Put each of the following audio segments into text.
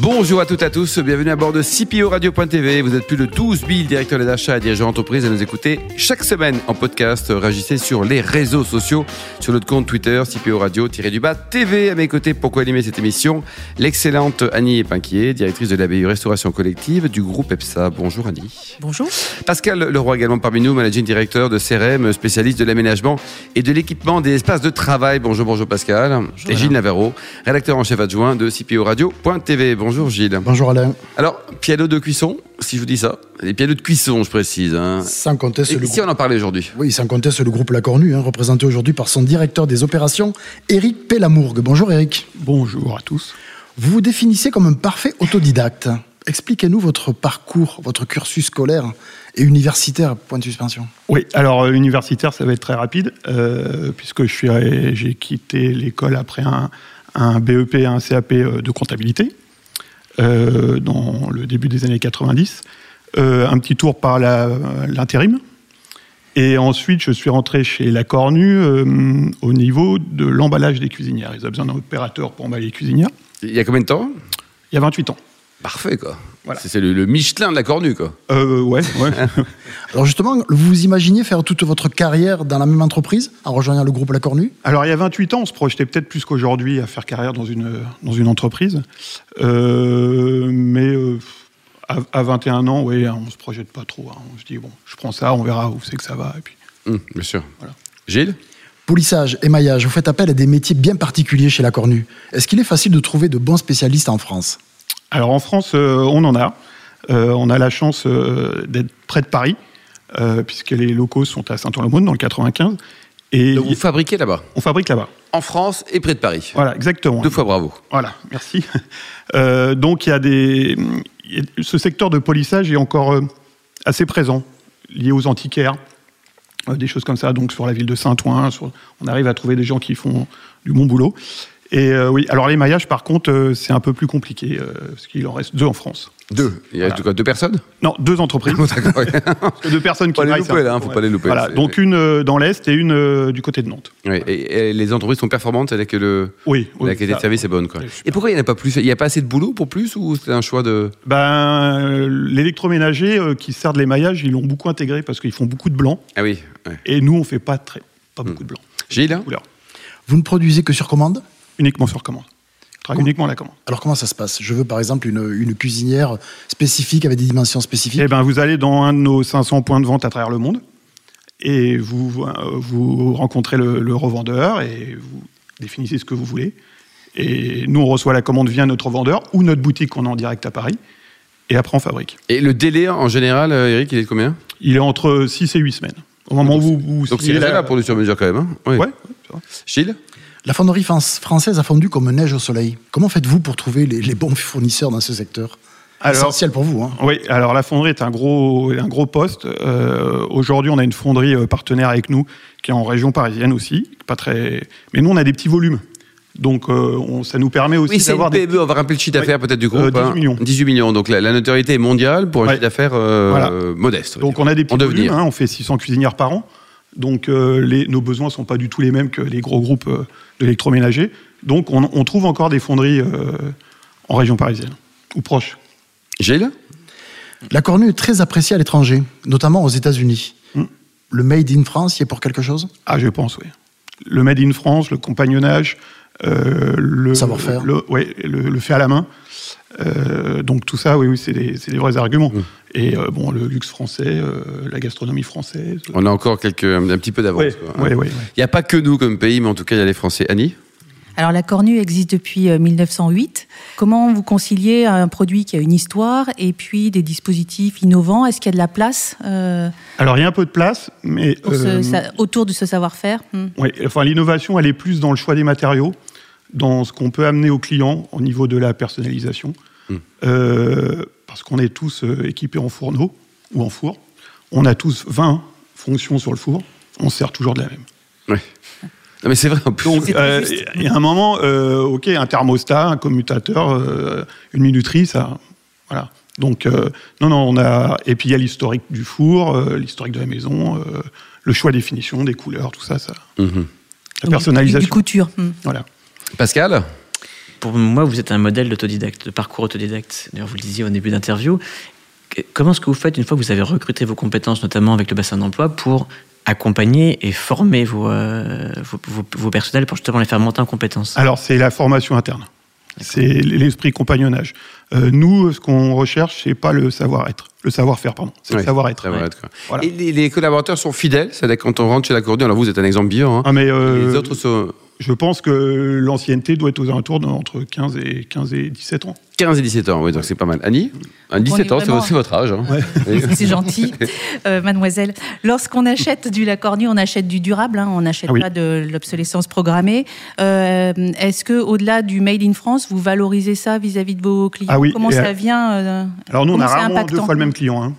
Bonjour à toutes et à tous, bienvenue à bord de CPO Radio.tv. Vous êtes plus de 12 000 directeurs des achats et dirigeants d'entreprise à nous écouter chaque semaine en podcast. Réagissez sur les réseaux sociaux, sur notre compte Twitter, CPO Radio-du-Bas TV. À mes côtés, pour co-animer cette émission, l'excellente Annie Epinquier, directrice de l'ABU Restauration Collective du groupe E EPSA. Bonjour Annie. Bonjour. Pascal Leroy également parmi nous, managing directeur de CRM, spécialiste de l'aménagement et de l'équipement des espaces de travail. Bonjour, bonjour Pascal. et Gilles Navarro, rédacteur en chef adjoint de CPO Radio.tv. Bonjour Gilles. Bonjour Alain, Alors, piano de cuisson, si je vous dis ça. Les pianos de cuisson, je précise. Hein. sans compter Et sur le si groupe. on en parlait aujourd'hui Oui, sans compter sur le groupe La Cornue, hein, représenté aujourd'hui par son directeur des opérations, Éric Pellamourgue. Bonjour Éric. Bonjour à tous. Vous vous définissez comme un parfait autodidacte. Expliquez-nous votre parcours, votre cursus scolaire et universitaire, point de suspension. Oui, alors euh, universitaire, ça va être très rapide, euh, puisque je suis, euh, j'ai quitté l'école après un, un BEP et un CAP euh, de comptabilité, euh, dans le début des années 90. Euh, un petit tour par la- l'intérim. Et ensuite, je suis rentré chez La Cornue euh, au niveau de l'emballage des cuisinières. Ils avaient besoin d'un opérateur pour emballer les cuisinières. Il y a combien de temps Il y a 28 ans. Parfait, quoi. Voilà. C'est c'est le, le Michelin de la cornue, quoi. Euh, ouais, ouais. Alors justement, vous vous imaginez faire toute votre carrière dans la même entreprise en rejoignant le groupe La Cornue Alors, il y a 28 ans, on se projetait peut-être plus qu'aujourd'hui à faire carrière dans une, dans une entreprise. Euh, mais euh, à, à 21 ans, oui, hein, on se projette pas trop. hein. On se dit, bon, je prends ça, on verra où c'est que ça va. Et puis, Hum, bien sûr. Voilà. Gilles Polissage, émaillage, vous faites appel à des métiers bien particuliers chez La Cornue. Est-ce qu'il est facile de trouver de bons spécialistes en France Alors en France, euh, on en a. Euh, on a la chance euh, d'être près de Paris, euh, puisque les locaux sont à Saint-Ouen-le-Monde, dans le 95. Et Donc, vous fabriquez là-bas, on fabrique là-bas. en France et près de Paris. Voilà, exactement. Deux fois bravo. Voilà, merci. Euh, donc il y a des, il y a- ce secteur de polissage est encore euh, assez présent, lié aux antiquaires, euh, des choses comme ça. Donc sur la ville de Saint-Ouen, sur- on arrive à trouver des gens qui font du bon boulot. Et euh, oui, alors les maillages, par contre, euh, c'est un peu plus compliqué, euh, parce qu'il en reste deux en France. Deux. Il y a Voilà. quoi, deux personnes Non, deux entreprises, Bon, d'accord. parce que deux personnes qui Faut pas les maillent, c'est louper, un- là, hein, faut ouais. pas les louper. Voilà, C'est- donc une euh, dans l'est et une euh, du côté de Nantes. Ouais, et, et les entreprises sont performantes, c'est-à-dire que le, Oui, oui, la qualité ça- de service est bonne, quoi. Ouais, super. Et pourquoi il n'y en a pas plus Il n'y a pas assez de boulot pour plus ou c'est un choix de. Ben, euh, l'électroménager euh, qui sert de l'émaillage, ils l'ont beaucoup intégré parce qu'ils font beaucoup de blanc. Ah oui. ouais. Et nous, on fait pas très, pas beaucoup de blanc. Gilles hein Couleur. Vous ne produisez que sur commande Uniquement sur commande. On travaille Comment- uniquement à la commande. Alors comment ça se passe Je veux par exemple une, une cuisinière spécifique avec des dimensions spécifiques. Eh ben, vous allez dans un de nos 500 points de vente à travers le monde et vous, euh, vous rencontrez le, le revendeur et vous définissez ce que vous voulez. Et nous, on reçoit la commande via notre revendeur ou notre boutique qu'on a en direct à Paris. Et après, on fabrique. Et le délai, en général, euh, Eric, il est de combien Il est entre 6 et 8 semaines. Au moment où vous, vous Ah, Donc c'est signez la- raisonnable pour le sur-mesure quand même. Hein Oui. Ouais, ouais, ça va. Gilles La fonderie fran- française a fondu comme neige au soleil. Comment faites-vous pour trouver les, les bons fournisseurs dans ce secteur Alors, Essentiel pour vous. hein. Oui, alors la fonderie est un gros, un gros poste. Euh, Aujourd'hui, on a une fonderie euh, partenaire avec nous qui est en région parisienne aussi, pas très. Mais nous, on a des petits volumes, donc euh, on- ça nous permet aussi Oui, c'est une d'avoir des. PME, on va rappeler le chiffre d'affaires peut-être du Euh, groupe. 18 hein. millions. 18 millions, donc la, la notoriété est mondiale pour un Ouais. chiffre d'affaires euh, Voilà. modeste. on va Donc dire. on a des En petits volumes. devenir. hein, on fait 600 cuisinières par an, donc euh, les- nos besoins sont pas du tout les mêmes que les gros groupes euh, d'électroménagers. Donc on, on trouve encore des fonderies euh, en région parisienne ou proche. Gilles La cornue est très appréciée à l'étranger, notamment aux États-Unis. Mm. Le Made in France y est pour quelque chose Ah, je pense, oui. Le made in France, le compagnonnage, euh, le Savoir-faire. le, ouais, le, le fait à la main. Euh, donc tout ça, oui, oui, c'est des, c'est des vrais arguments. Et euh, bon, le luxe français, euh, la gastronomie française. On a encore quelques, un petit peu d'avance. Oui, quoi, hein. oui, oui. Il n'y a pas que nous comme pays, mais en tout cas, il y a les Français. Annie Alors la cornue existe depuis euh, 1908. Comment vous conciliez un produit qui a une histoire et puis des dispositifs innovants Est-ce qu'il y a de la place euh, Alors il y a un peu de place, mais pour ce- euh, ça- autour de ce savoir-faire Hmm. Oui, enfin, l'innovation, elle est plus dans le choix des matériaux, dans ce qu'on peut amener aux clients au niveau de la personnalisation. Euh, parce qu'on est tous euh, équipés en fourneau ou en four. On a tous 20 fonctions sur le four. On se sert toujours de la même. Oui. Non, mais c'est vrai, en plus. Donc, C'est très euh, juste. il y a un moment, euh, OK, un thermostat, un commutateur, euh, une minuterie, ça. Voilà. Donc, euh, non, non, on a. Et puis, il y a l'historique du four, euh, l'historique de la maison, euh, le choix des finitions, des couleurs, tout ça. ça. Mhm. La Donc, personnalisation. Du, du couture. hmm. Voilà. Pascal Pour moi, vous êtes un modèle d'autodidacte, de parcours autodidacte. D'ailleurs, vous le disiez au début d'interview. Que- Comment est-ce que vous faites, une fois que vous avez recruté vos compétences, notamment avec le bassin d'emploi, pour accompagner et former vos, euh, vos, vos- vos personnels pour justement les faire monter en compétences Alors, c'est la formation interne. C'est l'esprit compagnonnage. Euh, nous, ce qu'on recherche, c'est pas le savoir-être, le savoir-faire, pardon. C'est Ouais, le savoir-être. très vrai, quoi. Voilà. Et les, les collaborateurs sont fidèles, c'est-à-dire quand on rentre chez l'accordéon, alors vous vous êtes un exemple vivant. hein. Ah, mais euh, les autres sont je pense que l'ancienneté doit être aux alentours d'entre 15 et 15 et 17 ans. 15 et 17 ans, oui, donc c'est pas mal. Annie Un 17 On est ans, c'est vraiment- votre- c'est votre âge. hein. Oui. C'est gentil, euh, mademoiselle. Lorsqu'on achète du lacornu, on achète du durable, hein, on n'achète Ah oui. pas de l'obsolescence programmée. Euh, Est-ce que, au-delà du Made in France, vous valorisez ça vis-à-vis de vos clients Ah oui, Comment et ça à- vient euh, Alors, nous, on comment a c'est rarement deux impactant fois le même client. hein.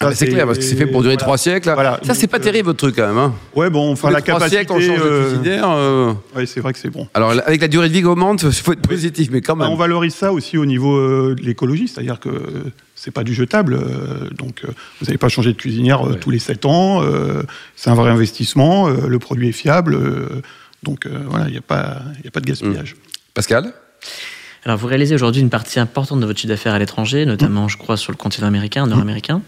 Ah, bah, c'est clair, parce que c'est fait pour durer Voilà. trois siècles. là. Voilà. Ça, c'est Donc, pas euh, terrible, votre truc, quand même. Hein. Ouais, bon, Tous enfin, les la trois capacité. siècles, on change de euh, subsidiaire. euh, ouais, c'est vrai que c'est bon. Alors, là, avec la durée de vie qui augmente, il faut être positif, mais quand Bah, même. on valorise ça aussi au niveau euh, de l'écologie, c'est-à-dire que euh, c'est pas du jetable. euh, donc, euh, vous n'allez pas changer de cuisinière euh, tous les 7 ans. euh, c'est un vrai investissement. euh, le produit est fiable. euh, donc, euh, voilà, il n'y a, pas- il y a pas de gaspillage. Mm. Pascal Alors, vous réalisez aujourd'hui une partie importante de votre chiffre d'affaires à l'étranger, notamment, je crois, sur le continent américain, nord-américain.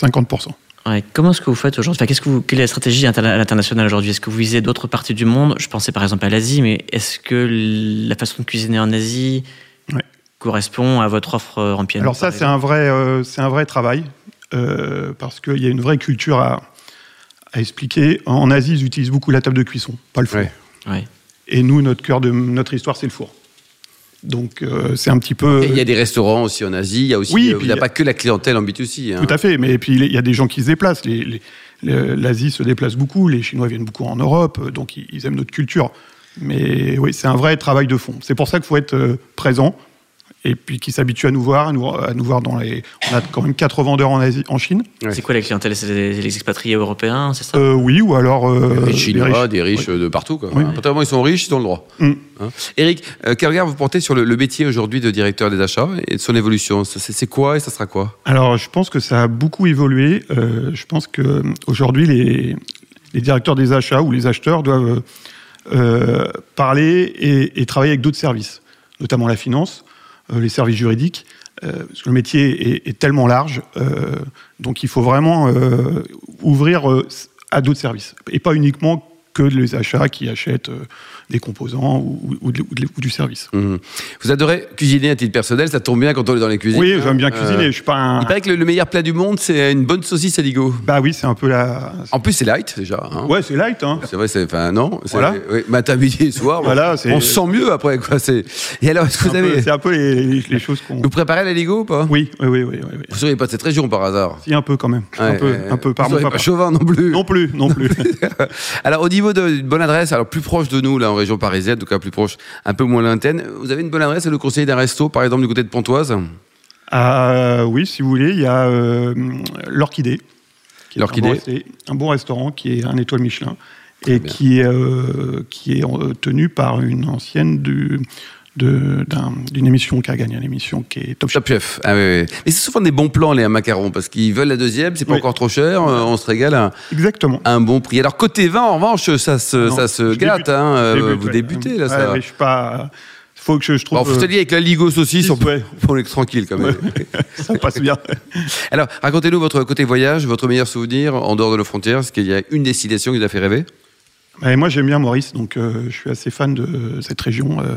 50%. Ouais, comment est-ce que vous faites aujourd'hui enfin, qu'est-ce que vous, Quelle est la stratégie interna- à l'international aujourd'hui Est-ce que vous visez d'autres parties du monde Je pensais par exemple à l'Asie, mais est-ce que l- la façon de cuisiner en Asie Ouais. correspond à votre offre euh, en piano Alors ça, par c'est un vrai, euh, c'est un vrai travail euh, parce qu'il y a une vraie culture à, à expliquer. En Asie, ils utilisent beaucoup la table de cuisson, pas le four. Ouais. Ouais. Et nous, notre cœur de notre histoire, c'est le four. Donc euh, c'est un petit peu. Et Il y a des restaurants aussi en Asie, il y a aussi. Oui, et euh, puis il n'y a il y a- pas que la clientèle en B2C. hein. Tout à fait, mais et puis il y a des gens qui se déplacent. Les- les- le- L'Asie se déplace beaucoup, les Chinois viennent beaucoup en Europe, euh, donc ils, ils aiment notre culture. Mais oui, c'est un vrai travail de fond. C'est pour ça qu'il faut être euh, présent et puis qu'ils s'habituent à nous voir, à nous, à nous voir dans les. On a quand même quatre vendeurs en Asie, en Chine. Ouais. C'est quoi la clientèle C'est les, les expatriés européens, c'est ça Euh, oui, ou alors. euh, des les Chinois, riches. des riches Ouais. euh, de partout. Quoi. Oui. Enfin, notamment, ils sont riches, ils ont le droit. Mm. Hein. Eric, euh, quel regard vous portez sur le, le métier aujourd'hui de directeur des achats et de son évolution Ça, C'est c'est quoi et ça sera quoi Alors, je pense que ça a beaucoup évolué. Euh, je pense que euh, aujourd'hui, les, les directeurs des achats ou les acheteurs doivent euh, parler et, et travailler avec d'autres services, notamment la finance, euh, les services juridiques, euh, parce que le métier est, est tellement large. euh, donc, il faut vraiment euh, ouvrir euh, à d'autres services et pas uniquement que les achats qui achètent euh, des composants ou, ou de- ou de- ou du service. Mhm. Vous adorez cuisiner à titre personnel, ça tombe bien quand on est dans les cuisines. Oui, hein. j'aime bien Euh, cuisiner. je suis pas un... Il paraît que le, le meilleur plat du monde, c'est une bonne saucisse à l'igo. Bah oui, c'est un peu la. En plus, c'est light déjà. hein. Ouais, c'est light. Hein. C'est vrai, c'est enfin non, c'est- Voilà. oui, matin, midi et soir. Voilà, on- c'est- on se sent mieux après quoi. C'est et alors est-ce que C'est un vous peu- avez C'est un peu les, les- les choses qu'on. vous préparez la Ligo ou pas Oui, oui, oui, oui, oui. oui. Vous seriez pas de cette région par hasard Si, un peu quand même. un Ouais, peu, euh, un peu par vous mon seriez papa. pas chauvin non plus. Non plus, non plus. alors au niveau de- d'une bonne adresse, alors plus proche de nous là en région parisienne, en tout cas plus proche, un peu moins lointaine. Vous avez une bonne adresse à le conseiller d'un resto par exemple du côté de Pontoise, Ah, oui, si vous voulez, il y a euh, l'Orchidée. qui est L'Orchidée. un bon resta- Un bon restaurant qui est un étoile Michelin et bien. qui est, euh, qui est euh, tenu par une ancienne du- de- d'un- d'une émission qui a gagné une émission qui est Top Chef. Top Chef. Ah, oui, oui. Mais c'est souvent des bons plans les macarons parce qu'ils veulent la deuxième, c'est pas Oui. encore trop cher, euh, on se régale. à- Exactement. un bon prix. Alors côté vin, en revanche, ça se, Non, Ah, euh, ça se je gâte. débute, hein, euh, je débute, vous ouais. débutez là. ça. Ouais, mais je suis pas. Faut que je, je trouve. Bon, faut se euh, lier avec la Ligo saucisse, on, peut- ouais. on est tranquille quand même. ça passe bien. Alors, racontez-nous votre côté voyage, votre meilleur souvenir en dehors de nos frontières. Est-ce qu'il y a une destination qui vous a fait rêver Ouais, moi, j'aime bien Maurice, donc euh, je suis assez fan de cette région euh,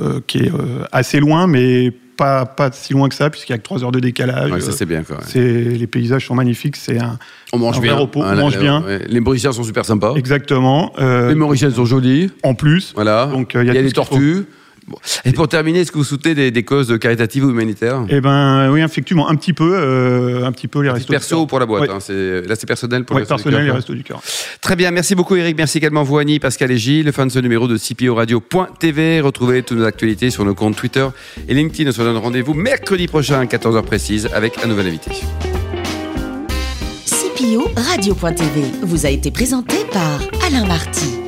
euh, qui est euh, assez loin, mais pas, pas si loin que ça, puisqu'il y a que 3 heures de décalage. Ouais, Ça, Euh, c'est bien. Quoi, ouais. c'est- les paysages sont magnifiques, c'est un. On mange un vrai bien. repos, hein, on là, mange là, bien. ouais. Les Mauriciens sont super sympas. Exactement. euh, Les Mauriciens sont jolis. En plus. Voilà. Donc, euh, il y a, tout des ce qu'il faut. tortues. Bon. Et pour terminer, est-ce que vous soutenez des, des causes caritatives ou humanitaires Eh ben, oui, effectivement, un petit peu, euh, un petit peu les restos. du Perso cœur. ou pour la boîte Ouais. hein, c'est- Là, c'est personnel pour Ouais, le reste du hein. personnel, les cœur. restos du cœur. Très bien, merci beaucoup Eric, merci également vous Annie, Pascal et Gilles. Fin de ce numéro de cporadio.tv. Retrouvez toutes nos actualités sur nos comptes Twitter et LinkedIn. On se donne rendez-vous mercredi prochain à 14h précise avec un nouvel invité. CPO Radio.tv vous a été présenté par Alain Marty.